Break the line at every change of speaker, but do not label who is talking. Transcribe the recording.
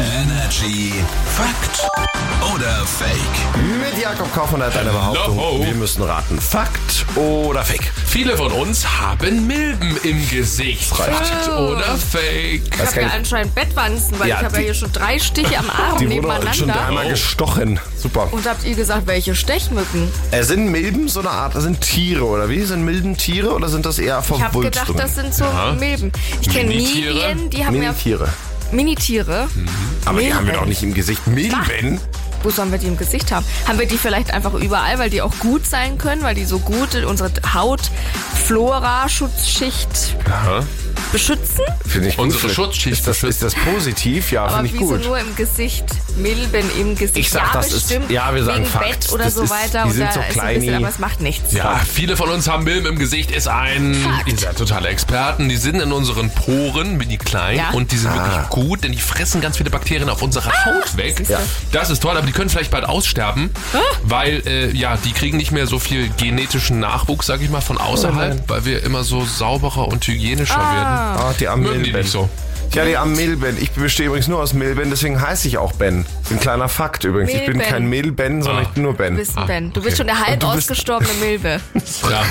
Energy Fakt oder Fake?
Mit Jakob Kaufmann hat eine Behauptung.
Hello.
Wir müssen raten. Fakt oder Fake?
Viele von uns haben Milben im Gesicht. Fakt oder Fake?
Das
Ich habe ja
kann
anscheinend Bettwanzen, weil
Ja,
ich habe ja
die-
hier schon drei Stiche am Arm
Die wurde schon
nebeneinander.
Oh.
dreimal gestochen. Super.
Und habt ihr gesagt, welche Stechmücken?
Äh, sind Milben so eine Art, sind Tiere oder wie? Sind Milben Tiere oder sind das eher
Ich habe gedacht,
Verwulstungen?
das sind so Milben. Ich kenne
Minitiere?
Midien, die haben
Minitiere.
ja Minitiere.
Aber die
Milben.
haben wir doch nicht im Gesicht. Milben?
Wo sollen wir die im Gesicht haben? Haben wir die vielleicht einfach überall, weil die auch gut sein können, weil die so gut unsere Hautflora-Schutzschicht beschützen?
Finde ich gut.
Unsere Schutzschicht
Ist das, ist das positiv? Ja,
Aber
finde ich
wieso
gut.
nur im Gesicht? Milben im Gesicht.
Ich sag,
ja,
das ist-
bestimmt.
ja, wir sagen
wegen
Fakt.
Bett oder
Das
so
ist-
weiter.
die
und
sind
da
so
ist ein
kleini.
bisschen, aber es macht nichts.
Ja, Ah, viele von uns haben Milben im Gesicht, ist ein...
Fakt.
Ihr seid totale Experten. Die sind in unseren Poren, mini klein.
Ja. Ah.
Und die sind wirklich gut, denn die fressen ganz viele Bakterien auf unserer Haut weg.
siehste.
Das ist toll, aber die können vielleicht bald aussterben,
Ah.
weil, äh, ja, die kriegen nicht mehr so viel genetischen Nachwuchs, sag ich mal, von außerhalb, weil wir immer so sauberer und hygienischer werden.
Ah, die armen
Mögen die
Milben.
nicht so.
Ja, die armen Milben. Ich bestehe übrigens nur aus Milben, deswegen heiße ich auch Ben. Das ist ein kleiner Fakt übrigens. Ich bin
Milben.
kein Milben, sondern
Ah.
ich bin nur Ben.
Du bist, ein Ben. du
okay.
bist schon eine halb ausgestorbene Milbe.
Ja.